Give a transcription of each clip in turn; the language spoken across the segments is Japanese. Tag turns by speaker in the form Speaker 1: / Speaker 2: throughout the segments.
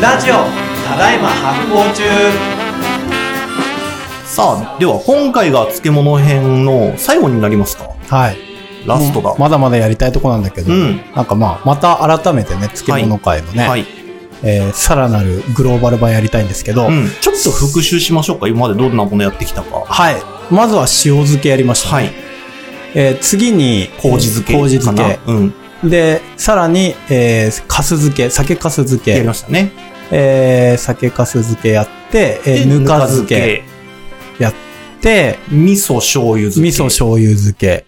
Speaker 1: ラジオただいま発行中
Speaker 2: さあ、では今回が漬物編の最後になりますか
Speaker 3: はい。
Speaker 2: ラストだ。
Speaker 3: もうまだまだやりたいとこなんだけど、
Speaker 2: うん
Speaker 3: なんかまあ、また改めてね、漬物会のね、
Speaker 2: はい。
Speaker 3: えーさらなるグローバル版やりたいんですけど、
Speaker 2: うん。ちょっと復習しましょうか。今までどんなものやってきたか。
Speaker 3: はい。まずは塩漬けやりました、
Speaker 2: はい。
Speaker 3: えー次に、
Speaker 2: 麹漬け
Speaker 3: えー麹
Speaker 2: かな。
Speaker 3: 漬
Speaker 2: うん。
Speaker 3: け。で、さらに、えー、かす漬け、酒かす漬
Speaker 2: やり
Speaker 3: け
Speaker 2: ま、したね。
Speaker 3: えー、酒かす漬けやって、え
Speaker 2: で
Speaker 3: ー、ぬか漬け。やって、
Speaker 2: 味噌醤油漬け。
Speaker 3: 味噌醤油漬け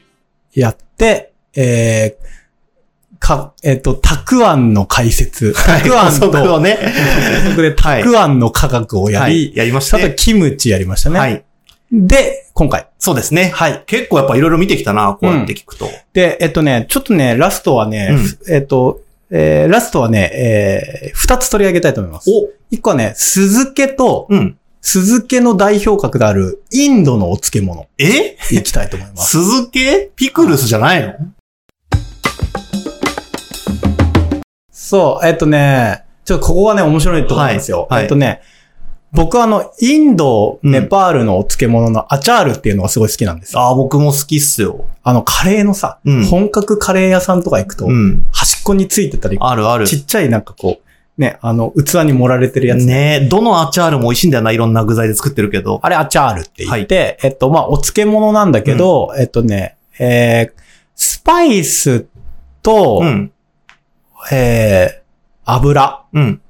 Speaker 3: やって、えー、か、えっ、と、たくあんの解説。たくあん
Speaker 2: そ
Speaker 3: と、
Speaker 2: こをね。
Speaker 3: で、たくあんの科学をや
Speaker 2: はい。
Speaker 3: り、
Speaker 2: やりまし
Speaker 3: あ
Speaker 2: た
Speaker 3: と
Speaker 2: ね。
Speaker 3: キムチやりましたね。
Speaker 2: はい。
Speaker 3: で、今回。
Speaker 2: そうですね。はい。結構やっぱいろいろ見てきたな、こうやって聞くと。
Speaker 3: で、えっとね、ちょっとね、ラストはね、えっと、えーラストはね、えー二つ取り上げたいと思います。一個はね、酢漬けと、
Speaker 2: おうん。
Speaker 3: 酢漬けの代表格である、インドのお 漬物、
Speaker 2: え
Speaker 3: いきたいと思います。
Speaker 2: 酢漬けピクルスじゃないの
Speaker 3: そう、えっとね、ちょっとここがね、面白いところなんですよ。
Speaker 2: はいはい
Speaker 3: えっとね、僕はあの、インド、
Speaker 2: うん
Speaker 3: ネパールのお漬物のアチャールっていうのがすごい好きなんですよ。
Speaker 2: ああ、僕も好きっすよ。
Speaker 3: あの、カレーのさ、
Speaker 2: うん
Speaker 3: 本格カレー屋さんとか行くと、
Speaker 2: うん。
Speaker 3: 端っこについてたり、
Speaker 2: あるある。
Speaker 3: ちっちゃいなんかこう、ね、あの、器に盛られてるやつ。
Speaker 2: ねえ、どのアチャールも美味しいんだよな、いろんな具材で作ってるけど。
Speaker 3: あれ、アチャールって言って、えっと、まあ、お漬物なんだけど、えっとね、えー、スパイスと、
Speaker 2: うん。
Speaker 3: えー、油
Speaker 2: うん。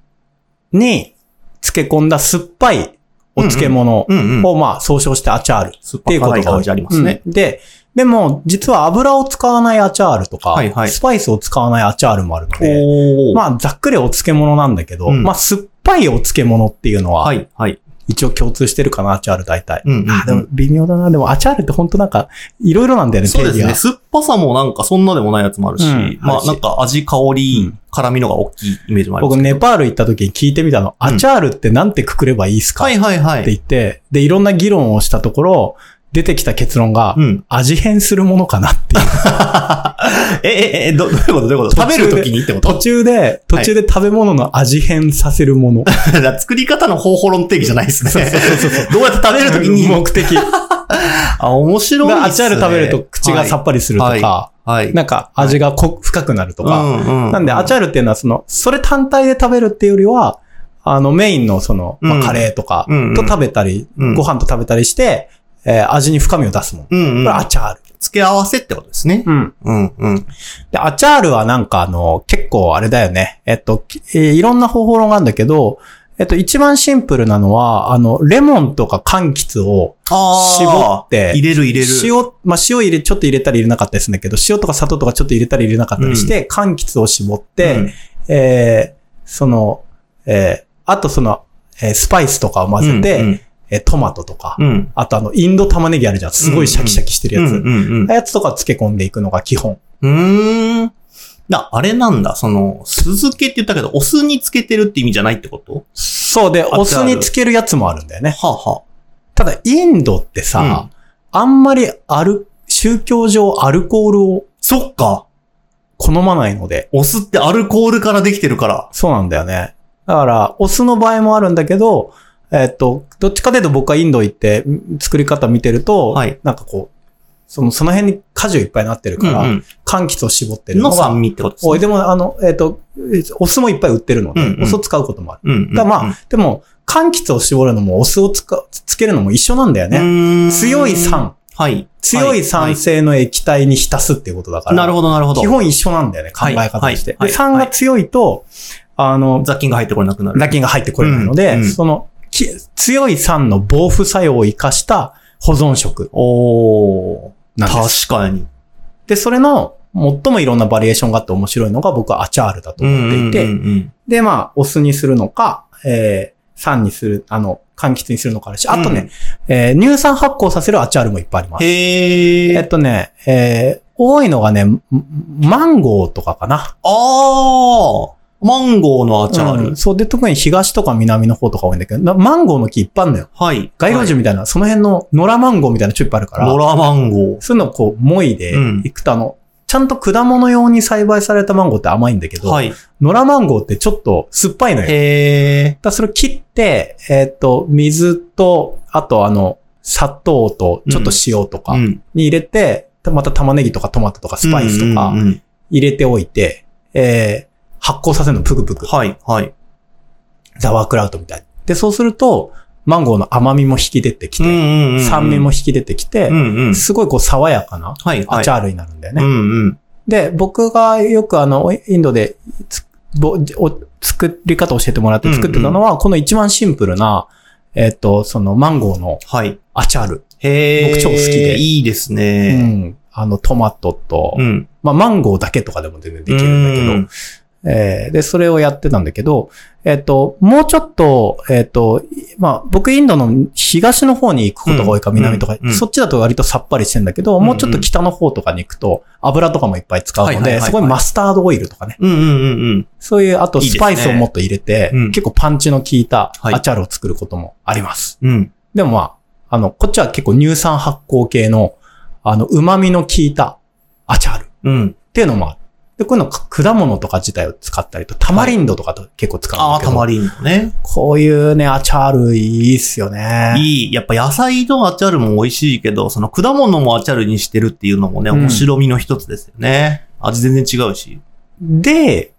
Speaker 3: に漬け込んだ酸っぱいお漬物
Speaker 2: うんうん。
Speaker 3: を、まあ、総称してアチャール
Speaker 2: 酸っ
Speaker 3: っていうことが多い
Speaker 2: 感じありますね。
Speaker 3: うんで、でも、実は油を使わないアチャールとか、
Speaker 2: はいはい
Speaker 3: スパイスを使わないアチャールもあるので、
Speaker 2: おま
Speaker 3: まあ、ざっくりお漬物なんだけど、
Speaker 2: うん
Speaker 3: まあ、酸っぱいお漬物っていうの
Speaker 2: あ、は
Speaker 3: は、
Speaker 2: い、はい。
Speaker 3: 一応共通してるかな、アチャール大体。
Speaker 2: うんうんうん
Speaker 3: あ、でも微妙だな。でも、アチャールって本当なんか、いろいろなんだよね、
Speaker 2: そうです
Speaker 3: 定
Speaker 2: ね。
Speaker 3: 義
Speaker 2: 酸っぱさもなんかそんなでもないやつもあるし、
Speaker 3: うん
Speaker 2: ま
Speaker 3: あ
Speaker 2: あ
Speaker 3: るし
Speaker 2: なんか味、香り、
Speaker 3: うん
Speaker 2: 辛みのが大きいイメージもあ
Speaker 3: が。
Speaker 2: りま
Speaker 3: 僕、
Speaker 2: すけど。
Speaker 3: ネパール行った時に聞いてみたの、
Speaker 2: ん
Speaker 3: アチャールってなんてくくればいいっすか、
Speaker 2: は
Speaker 3: っ
Speaker 2: いはいは
Speaker 3: て言
Speaker 2: い。
Speaker 3: って、で、いろんな議論をしたところ、出てきた結論が、
Speaker 2: うん。
Speaker 3: 味変するものかな っていう。
Speaker 2: え、え、え、ど、 どういうことどういうこと
Speaker 3: 途
Speaker 2: 食
Speaker 3: 中で
Speaker 2: べるときにってこ
Speaker 3: 途
Speaker 2: と
Speaker 3: 中で、途中で食べ物の味変させるもの。
Speaker 2: 作り方の方法論定義じゃないですね。
Speaker 3: そうそうそうそう。
Speaker 2: どうやって食べるときに。
Speaker 3: 目 的。
Speaker 2: あ、面白いっすね。
Speaker 3: アチャール食べると口がさっぱりするとか、
Speaker 2: はい。はい。
Speaker 3: なんか味がこ深くなるとか、
Speaker 2: うんうん
Speaker 3: なんで、アチャールっていうのは、その、それ単体で食べるっていうよりは、あの、メインのその、ま
Speaker 2: う
Speaker 3: あ、
Speaker 2: ん
Speaker 3: カレーとか
Speaker 2: うんうん
Speaker 3: と食べたり、
Speaker 2: うん
Speaker 3: ご飯と食べたりして、えー味に深みを出すもん。こ
Speaker 2: うんうん。
Speaker 3: れアチャール。
Speaker 2: 付け合わせってことですね。
Speaker 3: うん。
Speaker 2: うんうん。
Speaker 3: で、アチャールはなんかあの、結構あれだよね。えっと、きえーいろんな方法論があるんだけど、えっと、一番シンプルなのは、あの、レモンとか柑橘を
Speaker 2: あー
Speaker 3: 絞って
Speaker 2: 入れる入れる。
Speaker 3: 塩、まあ、塩入れ、ちょっと入れたり入れなかったりするんだけど、塩とか砂糖とかちょっと入れたり入れなかったりして、柑橘を絞って、
Speaker 2: うん
Speaker 3: えーその、えーあとその、えースパイスとかを混ぜて、
Speaker 2: うん
Speaker 3: えートマトとか、
Speaker 2: うん。うん
Speaker 3: あとあの、インド玉ねぎあるじゃん。すごいシャキシャキしてるやつ。
Speaker 2: うんうん
Speaker 3: あやつとか漬け込んでいくのが基本。
Speaker 2: うん。うーん。な、あれなんだ、その、酢漬けって言ったけど、お酢につけてるって意味じゃないってこと
Speaker 3: そうで、
Speaker 2: あ
Speaker 3: お酢に漬けるやつもあるんだよね。
Speaker 2: はあ、は
Speaker 3: ただ、インドって
Speaker 2: あ、
Speaker 3: さ、
Speaker 2: うん
Speaker 3: あんまりある、宗教上アルコールを
Speaker 2: そっか。
Speaker 3: 好まないので、
Speaker 2: お酢ってアルコールからできてるから。
Speaker 3: そうなんだよね。だから、お酢の場合もあるんだけど、えっと、どっちかというと僕はインド行ってん作り方見てると、
Speaker 2: はい
Speaker 3: なんかこう、その、その辺に果樹いっぱいなってるから、
Speaker 2: うん
Speaker 3: 柑橘を絞って
Speaker 2: うん。
Speaker 3: るの
Speaker 2: の
Speaker 3: が、
Speaker 2: 酸味ってことです
Speaker 3: おい、
Speaker 2: ね。
Speaker 3: でもあの、えっ、と、お酢もいっぱい売ってるので、
Speaker 2: うんうん
Speaker 3: お酢を使うこともある。
Speaker 2: うんうん。
Speaker 3: だからまあ、でも、柑橘を絞るのもお酢をつかつけるのも一緒なんだよ
Speaker 2: う
Speaker 3: ね。
Speaker 2: ーん
Speaker 3: 強い酸。
Speaker 2: はい。
Speaker 3: 強い
Speaker 2: は
Speaker 3: 酸
Speaker 2: い
Speaker 3: 性の液体に浸すっていうことだから。
Speaker 2: なるほど、なるほど。
Speaker 3: 基本一緒なんだよね、考え方として。
Speaker 2: はいはい
Speaker 3: で酸が強いと、あの、
Speaker 2: 雑菌が入ってこれなくなる。
Speaker 3: ラ菌が入ってこれないので、
Speaker 2: うんうん
Speaker 3: その、き強い酸の防腐作用を活かした保存食
Speaker 2: おー。
Speaker 3: なんです。
Speaker 2: 確かに。
Speaker 3: で、それの、最もいろんなバリエーションがあって面白いのが僕はアチャールだと思っていて、
Speaker 2: うんうんうんうん
Speaker 3: で、まあ、お酢にするのか、えー、酸にする、あの、柑橘にするのかあるし、あとね、えー乳酸発酵させるアチャールもいっぱいあります。
Speaker 2: へ
Speaker 3: えっ
Speaker 2: ー。
Speaker 3: とね、えー、多いのがね、んマンゴーとかかな。
Speaker 2: あー。マンゴーのアチャール。
Speaker 3: うんそうで、特に東とか南の方とか多いんだけど、なマンゴーの木いっぱいあるのよ。
Speaker 2: はい。
Speaker 3: 街路樹みたいな、その辺の野良マンゴーみたいなのちょいっぱいあるから、
Speaker 2: ノラマンゴー。
Speaker 3: そういうのをこう、もいで
Speaker 2: うん
Speaker 3: いくとあの、ちゃんと果物用に栽培されたマンゴーって甘いんだけど、
Speaker 2: はい。
Speaker 3: 野良マンゴーってちょっと酸っぱいのよ。だか
Speaker 2: へえ。
Speaker 3: らそれを切って、えっ、と、水と、あとあの、砂糖と、ちょっと塩とか
Speaker 2: うん。
Speaker 3: に入れて、また玉ねぎとかトマトとかスパイスと
Speaker 2: うん
Speaker 3: か
Speaker 2: うんうん
Speaker 3: 入れておいて、えー発酵させるのプクプク。
Speaker 2: はい、はい。
Speaker 3: ザワークラウトみたいに。で、そうすると、マンゴーの甘みも引き出てき
Speaker 2: うん
Speaker 3: て、
Speaker 2: うんうん
Speaker 3: 酸味も引き出てきて
Speaker 2: う、んうん。
Speaker 3: すごいこう爽やかな
Speaker 2: はい、は
Speaker 3: ア
Speaker 2: い。
Speaker 3: チャールになるんだよね
Speaker 2: う。んうん。
Speaker 3: で、僕がよくあの、インドでつぼお作り方教えてもらって作ってたのは、この一番シンプルな、えっ、と、そのマンゴーの
Speaker 2: はい。
Speaker 3: アチャール。
Speaker 2: へえ。
Speaker 3: 僕超好きで
Speaker 2: いいです
Speaker 3: う
Speaker 2: ね。
Speaker 3: ん。あの、トマトと、
Speaker 2: ん。
Speaker 3: まあ、マンゴーだけとかでも全然できるんだけど、
Speaker 2: うん
Speaker 3: えーで、それをやってたんだけど、えっ、と、もうちょっと、えっ、と、いまあ、僕インドの東の方に行くことが多いか、
Speaker 2: うん
Speaker 3: 南とか、
Speaker 2: うんうん
Speaker 3: そっちだと割とさっぱりしてんだけど、
Speaker 2: んうん
Speaker 3: もうちょっと北の方とかに行くと、油とかもいっぱい使うので、
Speaker 2: はいはいはいはい
Speaker 3: そこにマスタードオイルとかね、
Speaker 2: うんうんうんうん。
Speaker 3: そういう、あと
Speaker 2: いいです
Speaker 3: ス
Speaker 2: ね
Speaker 3: パイスをもっと入れて、
Speaker 2: うん
Speaker 3: 結構パンチの効いた
Speaker 2: はい
Speaker 3: アチャールを作ることもあります。
Speaker 2: うん。
Speaker 3: でもまあ、あの、こっちは結構乳酸発酵系の、あの、旨味の効いたアチャール。
Speaker 2: うん。
Speaker 3: っていうのもある。で、こういうのか果物とか自体を使ったりと、タマリンドとかと結構使うん
Speaker 2: あ
Speaker 3: だ
Speaker 2: あ、
Speaker 3: けど、
Speaker 2: たまりんのね。
Speaker 3: こういうね、アチャールいいっすよね。
Speaker 2: いい。やっぱ野菜のアチャールも美味しいけど、その果物もアチャールにしてるっていうのもね、
Speaker 3: うん
Speaker 2: 面白みの一つですよね。味全然違うし。
Speaker 3: で、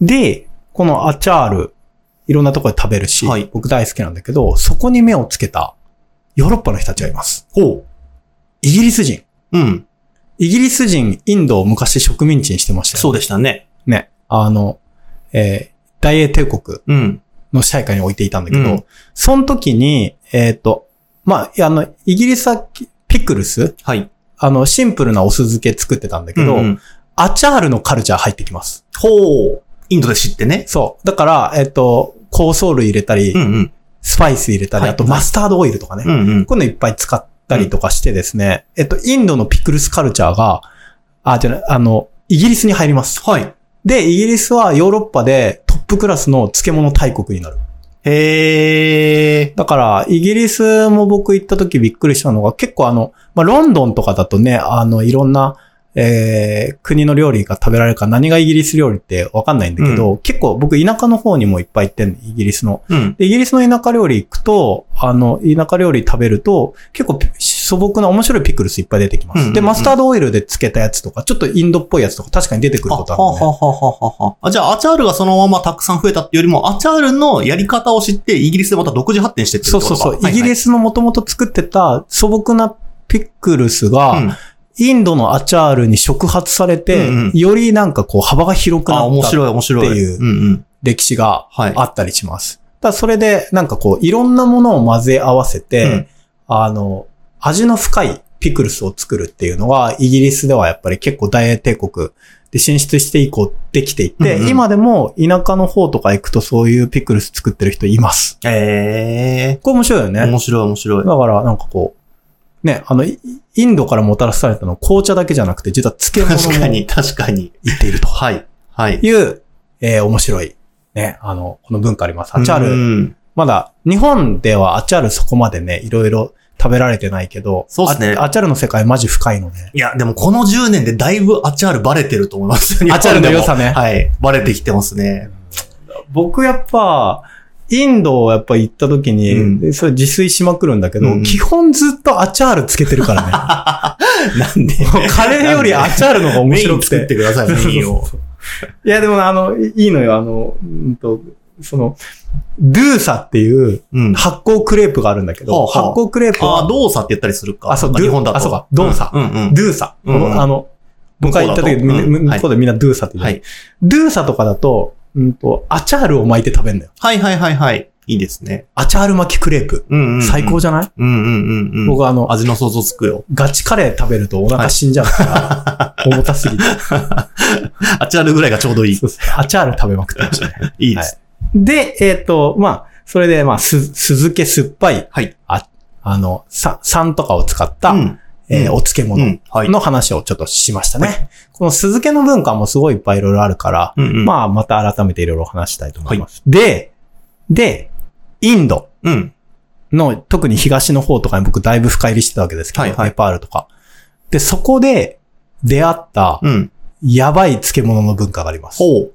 Speaker 3: で、このアチャール、いろんなところで食べるし、
Speaker 2: はい
Speaker 3: 僕大好きなんだけど、そこに目をつけたヨーロッパの人たちがいます。
Speaker 2: ほ
Speaker 3: イギリス人。
Speaker 2: う。うん。
Speaker 3: イギリス人、インドを昔植民地にしてましたよ、
Speaker 2: そうでしたね。
Speaker 3: ね。あの、えー大英帝国
Speaker 2: うん。
Speaker 3: の支配下に置いていたんだけど、
Speaker 2: うん
Speaker 3: その時に、えっ、と、まあいや、あの、イギリスはきピクルス
Speaker 2: はい。
Speaker 3: あの、シンプルなお酢漬け作ってたんだけど、
Speaker 2: うんうん
Speaker 3: アチャールのカルチャー入ってきます。
Speaker 2: ほう。インドで知ってね。
Speaker 3: そう。だから、えっ、と、香草類入れたり、
Speaker 2: うんうん。
Speaker 3: スパイス入れたり、
Speaker 2: はい
Speaker 3: あとマスタードオイルとかね。
Speaker 2: うんうん。
Speaker 3: こういうのいっぱい使ったりとかしてですね、えっと、インドのピクルスカルチャーが、あ、じゃない、あの、イギリスに入ります。
Speaker 2: はい。
Speaker 3: で、イギリスはヨーロッパでトップクラスの漬物大国になる。
Speaker 2: へえ。
Speaker 3: だから、イギリスも僕行った時びっくりしたのが、結構あの、まあ、ロンドンとかだとね、あの、いろんな、えー、国の料理が食べられるから何がイギリス料理ってわかんないんだけど、結構僕田舎の方にもいっぱい行ってんのイギリスの。
Speaker 2: うん。
Speaker 3: で、イギリスの田舎料理行くと、あの、田舎料理食べると、結構ピ素朴な面白いピクルスいっぱい出てきます。
Speaker 2: うんうんうん
Speaker 3: で、マスタードオイルで漬けたやつとか、ちょっとインドっぽいやつとか確かに出てくる
Speaker 2: あ
Speaker 3: ことあ
Speaker 2: はは
Speaker 3: るのね。
Speaker 2: はははは。あ、じゃあ、アチャールがそのままたくさん増えたっていうよりも、アチャールのやり方を知って、イギリスでまた独自発展してってる
Speaker 3: そう
Speaker 2: ってこ
Speaker 3: そ
Speaker 2: と
Speaker 3: う
Speaker 2: か
Speaker 3: そう。イギ
Speaker 2: ス
Speaker 3: リスのもともと作ってた素朴なピクルスが、インドのアチャールに触発されて、
Speaker 2: うんうん
Speaker 3: よりなんかこう幅が広く
Speaker 2: あ、
Speaker 3: な
Speaker 2: 面
Speaker 3: った
Speaker 2: 白い面白い。
Speaker 3: っていう
Speaker 2: うんうん。
Speaker 3: 歴史が
Speaker 2: はい。
Speaker 3: あったりします。だからそれでなんかこういろんなものを混ぜ合わせて、あの、味の深いピクルスを作るっていうのがイギリスではやっぱり結構大英帝国で進出して以降できていて、
Speaker 2: うんうん
Speaker 3: 今でも田舎の方とか行くとそういうピクルス作ってる人います。
Speaker 2: え
Speaker 3: これ面白いよ
Speaker 2: え
Speaker 3: ね。
Speaker 2: 面白い面白い。
Speaker 3: だから、なんかこう、ね、あの、イインドからもたらされたのは紅茶だけじゃなくて、実は漬物
Speaker 2: 確か
Speaker 3: も
Speaker 2: に、確かに。
Speaker 3: 言っていると
Speaker 2: はい。はい。
Speaker 3: いう、えー面白い、ね、あの、この文化あります。アチャ
Speaker 2: う
Speaker 3: ール、
Speaker 2: ん。
Speaker 3: まだ、日本ではアチャールそこまでね、いろいろ食べられてないけど、
Speaker 2: そうっすね
Speaker 3: あアチャールの世界マジ深いのね。
Speaker 2: いや、でもこの10年でだいぶアチャールバレてると思いますよ
Speaker 3: アチャールの良さね
Speaker 2: はい。バレてきてますね。
Speaker 3: 僕やっぱ、インドをやっぱ行った時に、
Speaker 2: うん
Speaker 3: でそれ自炊しまくるんだけど、
Speaker 2: うん
Speaker 3: 基本ずっとアチャールつけてるからね。
Speaker 2: なんで、
Speaker 3: もうカレーよりアチャールの方が面
Speaker 2: メイ
Speaker 3: 白
Speaker 2: ン
Speaker 3: く
Speaker 2: 作
Speaker 3: て
Speaker 2: っ。てください、メインを。
Speaker 3: いや、でも、あの、いいいのよ。あの、うんと、その、ドゥーサっていう
Speaker 2: うん。
Speaker 3: 発酵クレープがあるんだけど、
Speaker 2: はあはあ
Speaker 3: 発酵クレープは、
Speaker 2: あ、動作って言ったりするか。
Speaker 3: あそう
Speaker 2: 日本だと。
Speaker 3: あそうか動作
Speaker 2: うんうん。
Speaker 3: ドゥーサ。
Speaker 2: うんうん
Speaker 3: あの、
Speaker 2: 向
Speaker 3: 僕
Speaker 2: こうだ
Speaker 3: が行っ
Speaker 2: と
Speaker 3: た時、みんな
Speaker 2: うん
Speaker 3: 向こうでみんなドゥーサって言う、
Speaker 2: はい。
Speaker 3: ドゥーサとかだと、うんと、アチャールを巻いて食べるんだよ。
Speaker 2: はいはいはいはい。いいですね。
Speaker 3: アチャール巻きクレープ。
Speaker 2: うんうん、うん。
Speaker 3: 最高じゃない、
Speaker 2: うんうんうんうん。
Speaker 3: 僕はあの、
Speaker 2: 味の想像つくよ。
Speaker 3: ガチカレー食べるとお腹死んじゃうから、重たすぎて。
Speaker 2: アチャールぐらいがちょうどいい。
Speaker 3: そうそうアチャール食べまくってましたね。
Speaker 2: いいです。
Speaker 3: で、えっ、と、まあ、それで、まあ、す、酢漬け酸っぱい。
Speaker 2: はい
Speaker 3: あ、あの、さ、酸とかを使った、
Speaker 2: うん。
Speaker 3: え
Speaker 2: う
Speaker 3: ー
Speaker 2: ん
Speaker 3: お漬
Speaker 2: う
Speaker 3: 物
Speaker 2: ん。はい。
Speaker 3: の話をちょっとしましたね。この酢漬けの文化もすごいいっぱいいろいろあるから、
Speaker 2: うんうん。
Speaker 3: まあ、また改めていろいろお話したいと思います。で、で、インド
Speaker 2: うん。
Speaker 3: の、特に東の方とかに僕だいぶ深入りしてたわけですけど、
Speaker 2: はいはい
Speaker 3: ネパールとか。で、そこで出会った
Speaker 2: うん。
Speaker 3: やばい漬物の文化があります。
Speaker 2: ほう。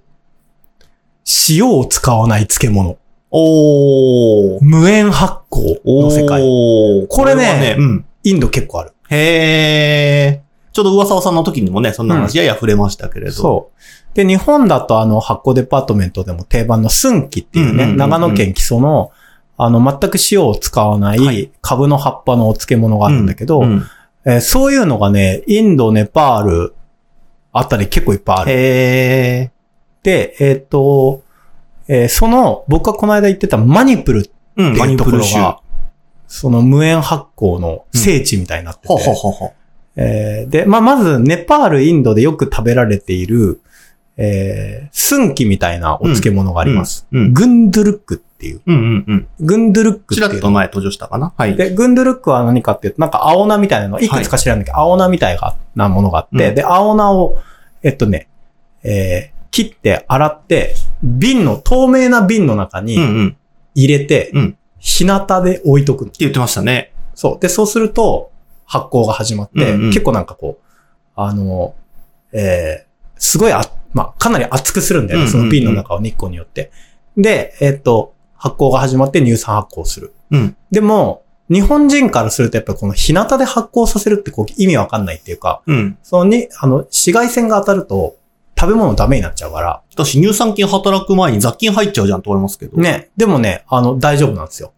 Speaker 3: 塩を使わない漬物。
Speaker 2: おー。
Speaker 3: 無塩発酵の世界。
Speaker 2: おー
Speaker 3: これね
Speaker 2: うん。
Speaker 3: インド結構ある。
Speaker 2: へー。ちょっと噂尾さんの時にもね、そんな
Speaker 3: う
Speaker 2: 話やや触れましたけれど。
Speaker 3: そう。で、日本だとあの、発酵デパートメントでも定番の寸木っていう
Speaker 2: うんうんうんう
Speaker 3: ね、
Speaker 2: ん
Speaker 3: 長野県木曽の、あの、全く塩を使わな、
Speaker 2: はい
Speaker 3: 株の葉っぱのお漬物があるんだけど、
Speaker 2: うん
Speaker 3: えーそういうのがね、インド、ネパール、あたり結構いっぱいある。
Speaker 2: へ
Speaker 3: で、えーっ、と、えーその、僕がこの間言ってたマニプルって
Speaker 2: ー。うん、マ
Speaker 3: い
Speaker 2: ニ
Speaker 3: うと
Speaker 2: プ
Speaker 3: こ
Speaker 2: ル
Speaker 3: ろ
Speaker 2: 州。
Speaker 3: が、その無塩発酵の聖地みたいになってて、
Speaker 2: ほうほうほうほう。
Speaker 3: えーで、まあ、まず、ネパール、インドでよく食べられている、えー、スンキみたいなお漬物があります。
Speaker 2: うん。
Speaker 3: グンドゥルックっていう。
Speaker 2: うんうんうん。
Speaker 3: グンドゥルック
Speaker 2: ち
Speaker 3: って
Speaker 2: らっ
Speaker 3: いう
Speaker 2: と
Speaker 3: の。
Speaker 2: 前登場したかな。はい。
Speaker 3: で、グンドゥルックは何かっていうと、なんか青菜みたいなの、いくつか知らんだけど、青菜みたいなものがあって、
Speaker 2: うん
Speaker 3: で、青菜を、えっとね、えー切って、洗って、瓶の、透明な瓶の中
Speaker 2: うんう
Speaker 3: に
Speaker 2: ん。って
Speaker 3: 入れて、
Speaker 2: うん
Speaker 3: 日向で置いとくの。
Speaker 2: 言ってましたね。
Speaker 3: そう。で、そうすると、発酵が始まって、
Speaker 2: うんうん
Speaker 3: 結構なんかこう、あの、えーすごいあ、まあ、かなり熱くするんだよね、
Speaker 2: うんうん
Speaker 3: そ
Speaker 2: うん
Speaker 3: の瓶の中を日光によって。で、えっと、発酵が始まって乳酸発酵する。
Speaker 2: うん
Speaker 3: でも、日本人からするとやっぱりこの日向で発酵させるってこう意味わかんないっていうか、
Speaker 2: うん。
Speaker 3: そのに、あの、紫外線が当たると食べ物ダメになっちゃうから、
Speaker 2: 私、乳酸菌働く前に雑菌入っちゃうじゃんと思いますけど。。
Speaker 3: ね、でもね、あの、大丈夫なんですよ。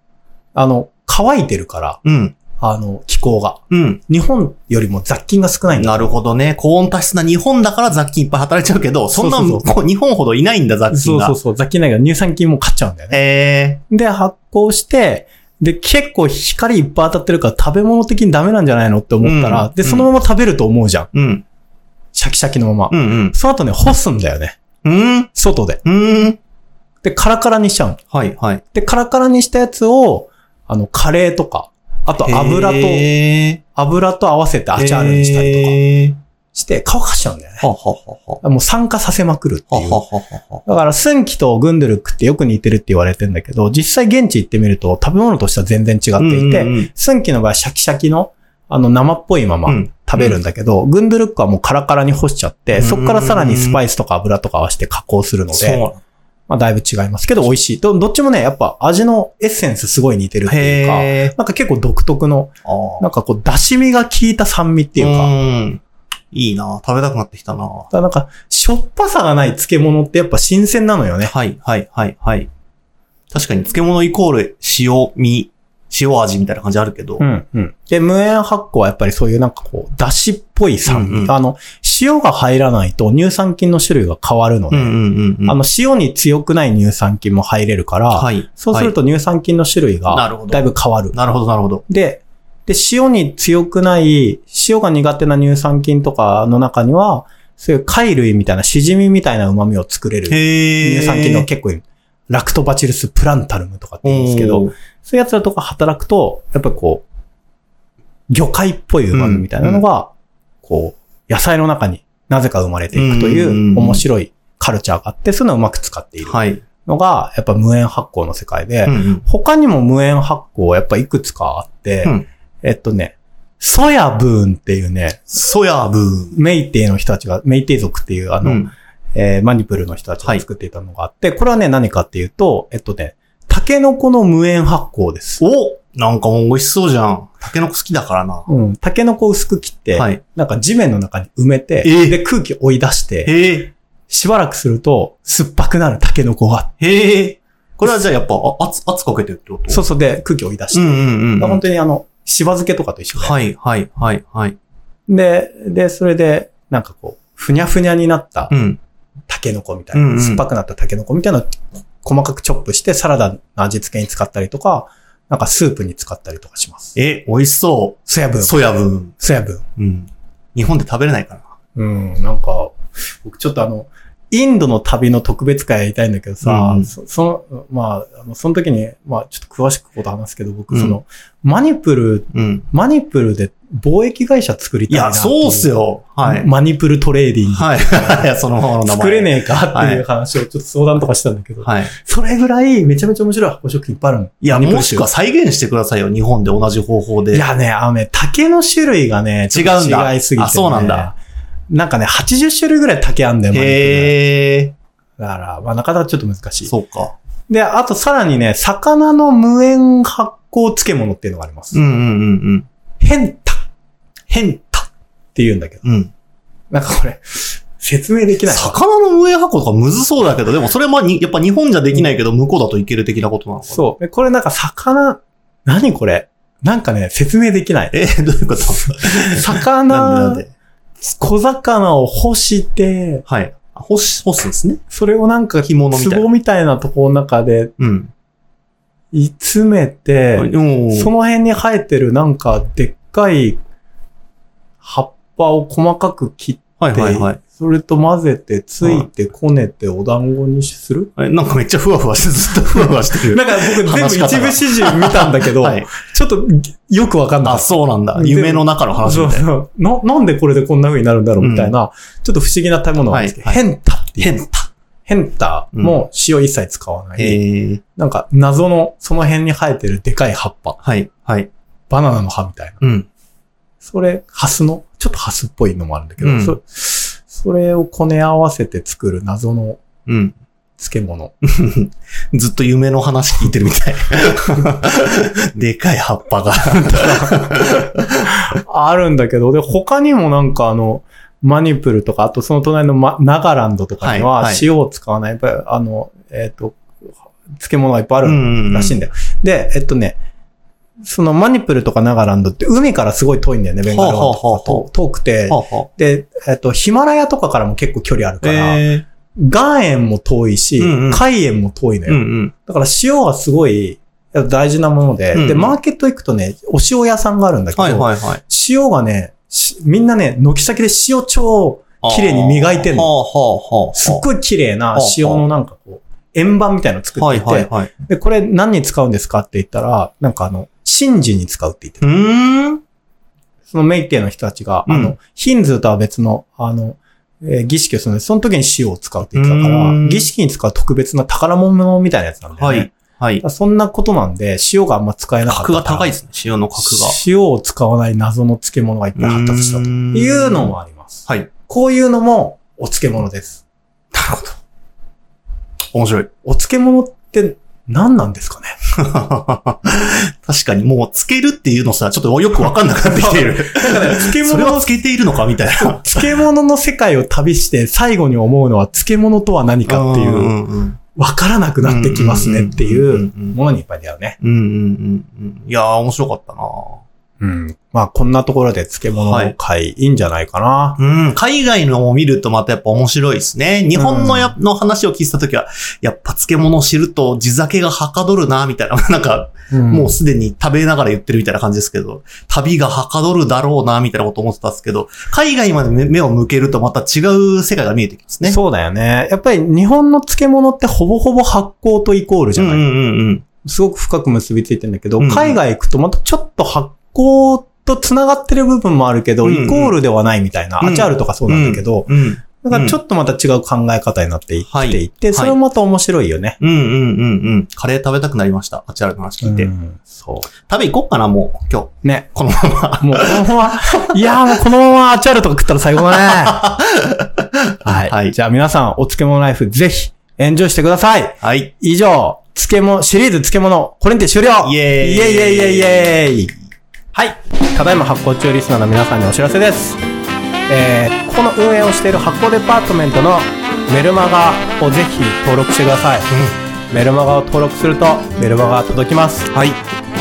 Speaker 3: あの、乾いてるから、
Speaker 2: うん。
Speaker 3: あの、気候が。
Speaker 2: うん。
Speaker 3: 日本よりも雑菌が少ないんだ
Speaker 2: なるほどね。高温多湿な日本だから雑菌いっぱい働いちゃうけど、そんな
Speaker 3: そうそう
Speaker 2: こう日本ほどいないんだ、雑
Speaker 3: そ
Speaker 2: 菌
Speaker 3: う
Speaker 2: が。
Speaker 3: そうそう。雑菌ないから乳酸菌も買っちゃうんだよね。
Speaker 2: え
Speaker 3: で、発酵して、で、結構光いっぱい当たってるから食べ物的にダメなんじゃないのって思ったら、
Speaker 2: うん
Speaker 3: で、そのまま食べると思うじゃん。
Speaker 2: ー。うん。
Speaker 3: シャキシャキのま
Speaker 2: う
Speaker 3: ま。
Speaker 2: ん
Speaker 3: その後ね、干すんだよね。
Speaker 2: うん。うん。
Speaker 3: 外で。
Speaker 2: うん。
Speaker 3: で、カラカラにしちゃうの。
Speaker 2: はい、はい。
Speaker 3: で、カラカラにしたやつを、あの、カレーとか、あと油と、
Speaker 2: へー
Speaker 3: 油と合わせてアチャールにしたりとか
Speaker 2: へー
Speaker 3: して、乾かしちゃうんだよね。
Speaker 2: はははは。
Speaker 3: もう酸化させまくるって
Speaker 2: は
Speaker 3: いう。
Speaker 2: はははは。
Speaker 3: だから、スンキとグンドゥルックってよく似てるって言われてんだけど、実際現地行ってみると食べ物としては全然違っていて、
Speaker 2: うんうん
Speaker 3: スンキの場合シャキシャキの、あの生っぽいまま
Speaker 2: うん
Speaker 3: 食べるんだけど、グンドゥルックはもうカラカラに干しちゃって、そこからさらにスパイスとか油とか合わせて加工するの
Speaker 2: そう
Speaker 3: で、まあだいぶ違いますけど美味しい。どどっちもね、やっぱ味のエッセンスすごい似てるっていうか、
Speaker 2: へー
Speaker 3: なんか結構独特の、
Speaker 2: あー。
Speaker 3: なんかこう、出し味が効いた酸味っていうか、
Speaker 2: ん。いいな食べたくなってきたな
Speaker 3: だからなんか、しょっぱさがない漬物ってやっぱ新鮮なのよね。
Speaker 2: はい、はい、はい、はい。確かに漬物イコール塩味、塩味みたいな感じあるけど。
Speaker 3: うんうん。で、無塩発酵はやっぱりそういうなんかこう、出汁っぽい酸味。
Speaker 2: うんうん
Speaker 3: あの、塩が入らないと乳酸菌の種類が変わるの
Speaker 2: う
Speaker 3: で、
Speaker 2: んうんうん。
Speaker 3: あの、塩に強くない乳酸菌も入れるから、
Speaker 2: はい。
Speaker 3: そうすると乳酸菌の種類
Speaker 2: はい、な
Speaker 3: が
Speaker 2: るほど。
Speaker 3: だいぶ変わる。
Speaker 2: なるほど、なるほど。
Speaker 3: で、で、塩に強くない、塩が苦手な乳酸菌とかの中には、そういう貝類みたいな、しじみみたいな旨味を作れる
Speaker 2: へ
Speaker 3: 乳酸菌の結構いる。ラクトバチルスプランタルムとかって言うんですけど、
Speaker 2: おー
Speaker 3: そういうやつらとか働くと、やっぱりこう、魚介っぽい旨味みたいなのが、こう、野菜の中になぜか生まれていくと
Speaker 2: うんうん
Speaker 3: い
Speaker 2: うん
Speaker 3: う面白いカルチャーがあって、そういうのをうまく使っている
Speaker 2: はい。
Speaker 3: のが、やっぱ無塩発酵の世界で
Speaker 2: う、んうん
Speaker 3: 他にも無塩発酵やっぱいくつかあって
Speaker 2: うん、
Speaker 3: えっとね、ソヤブーンっていうね、
Speaker 2: ソヤブーン。
Speaker 3: メイテイの人たちが、メイテイ族っていうあ
Speaker 2: う
Speaker 3: の、
Speaker 2: ん
Speaker 3: えーマニプルの人たちが作っていたのがあって、これはね、何かっていうと、えっとね、タケノコの無塩発酵です。
Speaker 2: おなんかもう美味しそうじゃん。タケノコ好きだからな。
Speaker 3: うん。タケノコを薄く切って、
Speaker 2: はい。
Speaker 3: なんか地面の中に埋めて、
Speaker 2: えー
Speaker 3: で空気追い出して、
Speaker 2: へえ。
Speaker 3: しばらくすると酸っぱくなるタケノコが、
Speaker 2: へえ。これはじゃあやっぱ、あ圧、圧かけてるってこと
Speaker 3: そうそうで空気追い出して、
Speaker 2: うんうんうんうん。
Speaker 3: 本当にあの、しば漬けとかと一緒で、
Speaker 2: はい、はい、はい、はい。
Speaker 3: で、で、それで、なんかこう、ふにゃふにゃになった
Speaker 2: うん。
Speaker 3: タケノコみたいな、
Speaker 2: うんうん
Speaker 3: 酸っぱくなったタケノコみたいなのを細かくチョップしてサラダの味付けに使ったりとか、なんかスープに使ったりとかします。
Speaker 2: え、美味しそ
Speaker 3: ソヤブー
Speaker 2: う。
Speaker 3: ン。
Speaker 2: ソヤブーン。
Speaker 3: ソヤブーン。
Speaker 2: うん。日本で食べれないかな。
Speaker 3: うん、なんか、僕ちょっとあの、インドの旅の特別会やりたいんだけどさ、
Speaker 2: うん
Speaker 3: そその、まあ、あのその時に、まあ、ちょっと詳しくこと話すけど、僕、
Speaker 2: うん
Speaker 3: その、マニプル、
Speaker 2: うん。
Speaker 3: マニプルで貿易会社作り
Speaker 2: い
Speaker 3: たいな
Speaker 2: や、
Speaker 3: ってい
Speaker 2: そうっす。よ。はい。
Speaker 3: マニプルトレーディング。
Speaker 2: はい。いや、 そのままの名前。
Speaker 3: 作れねえかっていう話をちょっと相談とかしたんだけど、
Speaker 2: はい。
Speaker 3: それぐらいめちゃめちゃ面白い発酵食品いっぱいあるの。
Speaker 2: いや、
Speaker 3: マニプ
Speaker 2: も
Speaker 3: ル
Speaker 2: し
Speaker 3: 州
Speaker 2: くは再現してくださいよ。日本で同じ方法で。
Speaker 3: いやね、あのね、竹の種類がね、ちょっと
Speaker 2: 違うんだ
Speaker 3: 違いすぎて、ね。
Speaker 2: あそうなんだ。
Speaker 3: なんかね、80種類ぐらい竹あんだよ、マリッ
Speaker 2: へえ。
Speaker 3: クねだから、まあ、なかなかちょっと難しい。
Speaker 2: そうか。
Speaker 3: で、あとさらにね、魚の無塩発酵漬物っていうのがあります。
Speaker 2: うんうんうんうん。
Speaker 3: 変タ変タって言うんだけど。
Speaker 2: うん。
Speaker 3: なんかこれ、説明できない。
Speaker 2: 魚の無塩発酵とかむずそうだけど、でもそれはまあにやっぱ日本じゃできないけど、向こうだといける的なことなのかな。
Speaker 3: そう。えこれなんか魚、何これなんかね、説明で きない。
Speaker 2: えー、どういうことなんでなん
Speaker 3: 魚、
Speaker 2: で
Speaker 3: 小魚を干して、
Speaker 2: はい。あ干し、干すんですね。
Speaker 3: それをなんか、
Speaker 2: 干物みたいな
Speaker 3: 壺みたいなところの中で
Speaker 2: うん。
Speaker 3: 煮詰めて、
Speaker 2: うん
Speaker 3: その辺に生えてるなんか、でっかい葉っぱを細かく切って、
Speaker 2: はいはいはい。
Speaker 3: それと混ぜて、ついて、こねて、お団子にする
Speaker 2: えなんかめっちゃふわふわして、ずっとふわふわしてる。
Speaker 3: なんか僕全
Speaker 2: 話し
Speaker 3: 部
Speaker 2: 方
Speaker 3: 一
Speaker 2: が
Speaker 3: 部始終見たんだけど、
Speaker 2: はい。
Speaker 3: ちょっとよくわかんなか
Speaker 2: あ、
Speaker 3: った。
Speaker 2: そうなんだ。
Speaker 3: で
Speaker 2: 夢の中の話みたいな。
Speaker 3: そうそうな。なんでこれでこんな風になるんだろうみたいな、ちょっと不思議な食べ物なんですけど、
Speaker 2: はい
Speaker 3: ヘンタっていう。
Speaker 2: 変だ。
Speaker 3: ヘンタも塩一切使わない、
Speaker 2: へえ。
Speaker 3: なんか謎のその辺に生えてるでかい葉っぱ。
Speaker 2: はい、はい。
Speaker 3: バナナの葉みたいな。
Speaker 2: うん。
Speaker 3: それ、ハスの、ちょっとハスっぽいのもあるんだけど、
Speaker 2: うん
Speaker 3: そそれをこね合わせて作る謎の
Speaker 2: うん。
Speaker 3: 漬物。
Speaker 2: ずっと夢の話聞いてるみ たい。でかい葉っぱが。
Speaker 3: あるんだけど、で、他にもなんかあの、マニプルとか、あとその隣のマナガランドとかに
Speaker 2: はい
Speaker 3: は
Speaker 2: はい
Speaker 3: 塩を使わない、やっぱりあの、えっ、と、漬物がいっぱいある
Speaker 2: ん
Speaker 3: らしいん
Speaker 2: だ
Speaker 3: だよ。で、えっとね、そのマニプルとかナガランドって海からすごい遠いんだよね、ベンガル湾と
Speaker 2: ほうほうほう
Speaker 3: かと遠くて。
Speaker 2: はあは
Speaker 3: で、えっと、ヒマラヤとかからも結構距離ある
Speaker 2: あ。
Speaker 3: から、
Speaker 2: え
Speaker 3: 岩塩も遠いし
Speaker 2: うんうん、
Speaker 3: 海塩も遠いの
Speaker 2: ー。うん
Speaker 3: よ。
Speaker 2: うん。
Speaker 3: だから塩はすごいやっぱ大事なもので、
Speaker 2: うんう
Speaker 3: で、
Speaker 2: ん
Speaker 3: マーケット行くとね、お塩屋さんがあるんだけ
Speaker 2: はい
Speaker 3: ど、
Speaker 2: はいはい。
Speaker 3: 塩がね、しみんなね、軒先で塩超、綺麗に磨いてんの
Speaker 2: はあはあはあ。
Speaker 3: すっごい綺麗な塩のなんかこう、円盤みたいなの作
Speaker 2: は
Speaker 3: っ
Speaker 2: い
Speaker 3: て
Speaker 2: はい
Speaker 3: て、
Speaker 2: はい。
Speaker 3: で、これ何に使うんですかって言ったら、なんかあの、真珠に使うって言って
Speaker 2: う
Speaker 3: た。
Speaker 2: ーん。
Speaker 3: そのメイテイの人たちが、あ
Speaker 2: う
Speaker 3: の、ヒンズーとは別の、あの、えー儀式をするので、その時に塩を使うって言ってたか
Speaker 2: うー
Speaker 3: ら、
Speaker 2: ん
Speaker 3: 儀式に使う特別な宝物みたいなやつなんだよ
Speaker 2: は
Speaker 3: ね。
Speaker 2: い。はい
Speaker 3: だか。らそんなことなんで、塩があんま使えなかったか
Speaker 2: 格
Speaker 3: ら。
Speaker 2: が高いですね。塩の格が。
Speaker 3: 塩を使わない謎の漬物がいっぱい発達したというのもあります。
Speaker 2: はい。
Speaker 3: こういうのもお漬物です。
Speaker 2: なるほど。面白い。
Speaker 3: お漬物って何なんですかね
Speaker 2: 確かに、もう、つけるっていうのさ、ちょっとよくわかんなくなってきてい る。
Speaker 3: 漬
Speaker 2: それはつけているのかみたいな。
Speaker 3: 漬物の世界を旅して最後に思うのは漬物とは何かってい
Speaker 2: ん
Speaker 3: う、
Speaker 2: んうん
Speaker 3: わからなくなってきますねっていう
Speaker 2: うんうんうんうん
Speaker 3: ものにいっぱい出会うね。
Speaker 2: うんうんうんうん。いやー、面白かったな
Speaker 3: うん。まあこんなところで漬物の会いいんじゃないかな。
Speaker 2: うん、海外のを見るとまたやっぱ面白いですね。日本のや、の話を聞いてたときは、やっぱ漬物を知ると地酒がはかどるなみたいな、 なんか、もうすでに食べながら言ってるみたいな感じですけど、旅がはかどるだろうなみたいなこと思ってたんですけど、海外まで目目を向けるとまた違う世界が見えてきますね。
Speaker 3: そうだよね。やっぱり日本の漬物ってほぼほぼ発酵とイコールじゃ
Speaker 2: うん
Speaker 3: な
Speaker 2: う
Speaker 3: い、
Speaker 2: んうん
Speaker 3: すごく深く結びついてんだけど、
Speaker 2: うんうん
Speaker 3: 海外行くとまたちょっと発酵と繋がってる部分もあるけど、
Speaker 2: うんうん
Speaker 3: イコールではないみたいな、
Speaker 2: うん
Speaker 3: アチャールとかそうなんだけど、
Speaker 2: うん。うん。
Speaker 3: だからちょっとまた違う考え方になってい
Speaker 2: は
Speaker 3: っ
Speaker 2: い
Speaker 3: ていて、それもまた面白いよね。
Speaker 2: うんうんうんうん。カレー食べたくなりました。あちらの話聞いて。
Speaker 3: うんそ
Speaker 2: 食べ行こっかな、もう、今日。
Speaker 3: う。ね。
Speaker 2: このまま。
Speaker 3: もうこのまま、いやーもうこのままアチャールとか食ったら 最高だね。はい、
Speaker 2: はい
Speaker 3: じゃあ皆さん、お漬物ライフぜひ、エンジョイしてください。
Speaker 2: はい。
Speaker 3: 以上、漬物、シリーズ漬物、これにて終了
Speaker 2: イエーイ
Speaker 3: イエイイエイイエイイエイはい。ただいま発行中リスナーの皆さんにお知らせです。えー、ここの運営をしている発行デパートメントのメルマガをぜひ登録してください。メルマガを登録すると、メルマガが届きます。
Speaker 2: はい。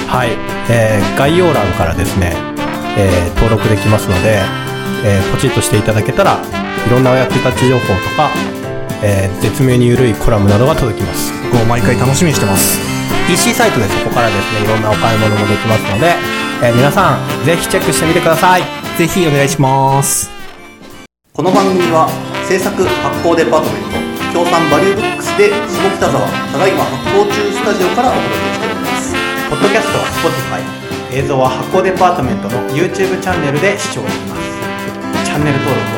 Speaker 3: はい。えー、概要欄からですね、えー、登録できますので、えー、ポチッとしていただけたら、いろんなお役立ち情報とか、えー、絶妙に緩いコラムなどが届きます。
Speaker 2: 僕も毎回楽しみにしてます。
Speaker 3: PC サイトでそこからですねいろんなお買い物もできますので、えー皆さんぜひチェックしてみてください
Speaker 2: ぜひお願いします。
Speaker 1: この番組は制作発行デパートメント協賛バリューブックスで下北沢ただいま発行中スタジオからお届けしております
Speaker 3: ポッドキャストは Spotify 映像は発行デパートメントの YouTube チャンネルで視聴できますチャンネル登録